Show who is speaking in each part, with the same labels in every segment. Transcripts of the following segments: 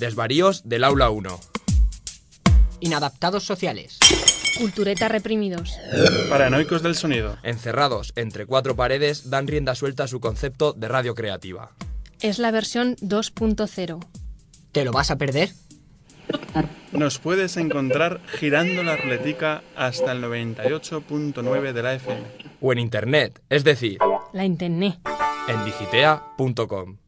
Speaker 1: Desvaríos del aula 1.
Speaker 2: Inadaptados sociales.
Speaker 3: Cultureta reprimidos.
Speaker 4: Paranoicos del sonido.
Speaker 1: Encerrados entre cuatro paredes, dan rienda suelta a su concepto de radio creativa.
Speaker 3: Es la versión 2.0.
Speaker 2: ¿Te lo vas a perder?
Speaker 4: Nos puedes encontrar girando la ruletica hasta el 98.9 de la FM.
Speaker 1: O en internet, es decir,
Speaker 3: La internet.
Speaker 1: en digitea.com.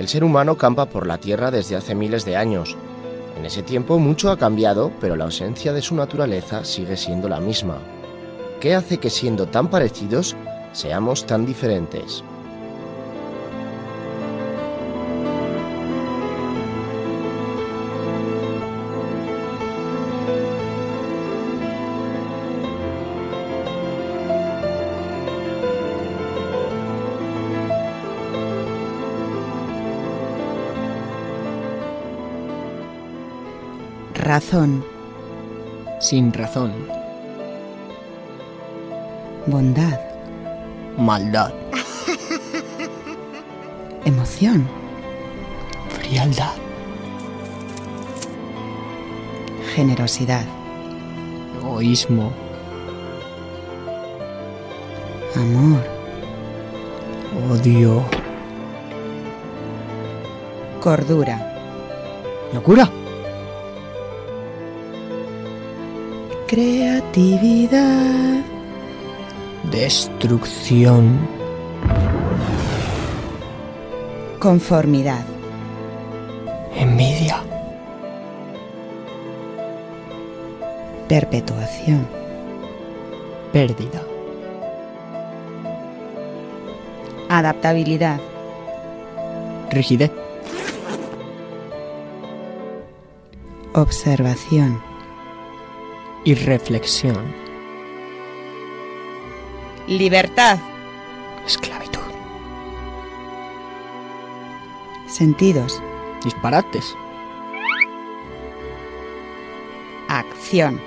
Speaker 5: El ser humano campa por la Tierra desde hace miles de años. En ese tiempo mucho ha cambiado, pero la ausencia de su naturaleza sigue siendo la misma. ¿Qué hace que siendo tan parecidos seamos tan diferentes?
Speaker 6: Razón,
Speaker 2: Sin razón.
Speaker 6: bondad,
Speaker 2: Maldad.
Speaker 6: emoción,
Speaker 2: Frialdad.
Speaker 6: generosidad,
Speaker 2: Egoísmo.
Speaker 6: amor,
Speaker 2: Oh, Odio.
Speaker 6: cordura,
Speaker 2: Locura.
Speaker 6: creatividad,
Speaker 2: Destrucción.
Speaker 6: conformidad,
Speaker 2: Envidia.
Speaker 6: perpetuación,
Speaker 2: Pérdida.
Speaker 6: adaptabilidad,
Speaker 2: Rigidez.
Speaker 6: observación,
Speaker 2: Y reflexión.
Speaker 6: libertad,
Speaker 2: Esclavitud.
Speaker 6: sentidos,
Speaker 2: Disparates.
Speaker 6: acción,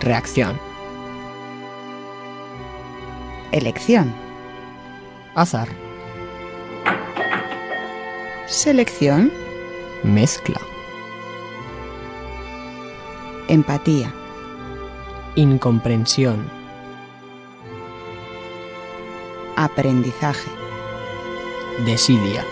Speaker 2: Reacción.
Speaker 6: elección,
Speaker 2: Azar.
Speaker 6: selección,
Speaker 2: Mezcla.
Speaker 6: empatía,
Speaker 2: Incomprensión.
Speaker 6: aprendizaje.
Speaker 2: Desidia.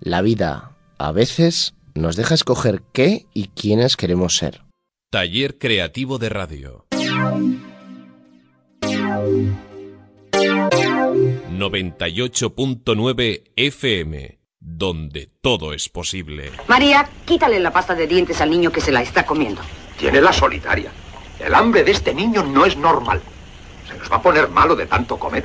Speaker 5: La vida, a veces, nos deja escoger qué y quiénes queremos ser.
Speaker 7: Taller Creativo de Radio. 98.9 FM, donde todo es posible.
Speaker 8: María, quítale la pasta de dientes al niño que se la está comiendo.
Speaker 9: Tiene la solitaria. El hambre de este niño no es normal. Se nos va a poner malo de tanto comer.